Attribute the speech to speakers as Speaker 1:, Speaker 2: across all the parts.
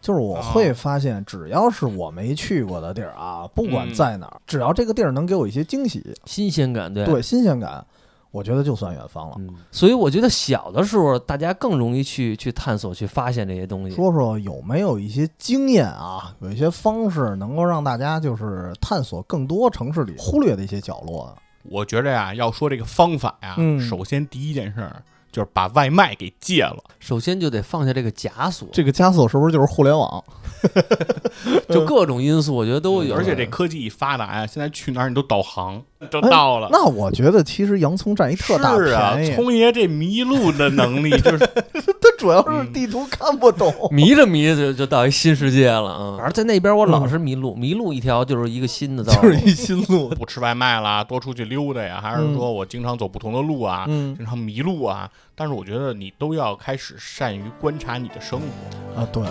Speaker 1: 就是我会发现，只要是我没去过的地儿啊，不管在哪儿，只要这个地儿能给我一些惊喜，
Speaker 2: 新鲜感，对
Speaker 1: 对新鲜感，我觉得就算远方了。
Speaker 2: 嗯，所以我觉得小的时候大家更容易去去探索、去发现这些东西。
Speaker 1: 说说有没有一些经验啊，有一些方式能够让大家就是探索更多城市里忽略的一些角落的？
Speaker 3: 我觉着呀，要说这个方法呀，
Speaker 1: 嗯
Speaker 3: 首先第一件事儿就是把外卖给戒了。
Speaker 2: 首先就得放下这个枷锁，
Speaker 1: 这个啊呃枷锁是不是就是互联网？
Speaker 2: 就各种因素，我觉得都
Speaker 1: 哎
Speaker 2: 有。
Speaker 3: 而且这科技一发达呀，现在去哪儿你都导 航，都到了。
Speaker 1: 那我觉得其实洋葱占一哎特大
Speaker 3: 是啊
Speaker 1: 便，宜，
Speaker 3: 聪爷这迷路的能力就是
Speaker 1: 它主要是地图看不懂。
Speaker 2: 迷着迷着就就到一新世界了啊！反正在那边我老是迷路，迷路一条就是一个新的道路。
Speaker 1: 嗯就是一新路，
Speaker 3: 不吃外卖啦， 多出去溜达呀，还是说我经常走不同的路啊，
Speaker 1: 嗯
Speaker 3: 经常迷路啊。但是我觉得你都要开始善于观察你的 生活。
Speaker 1: 啊，对，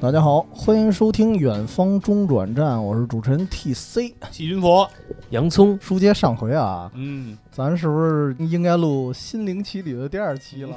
Speaker 1: 大家好，欢迎收听《远方中转站》，我是主持人 T C。
Speaker 3: 细菌佛，
Speaker 2: 洋葱，
Speaker 1: 书接上回啊，
Speaker 3: 嗯，
Speaker 1: 咱是不是应该录《心灵奇旅》的第二期了？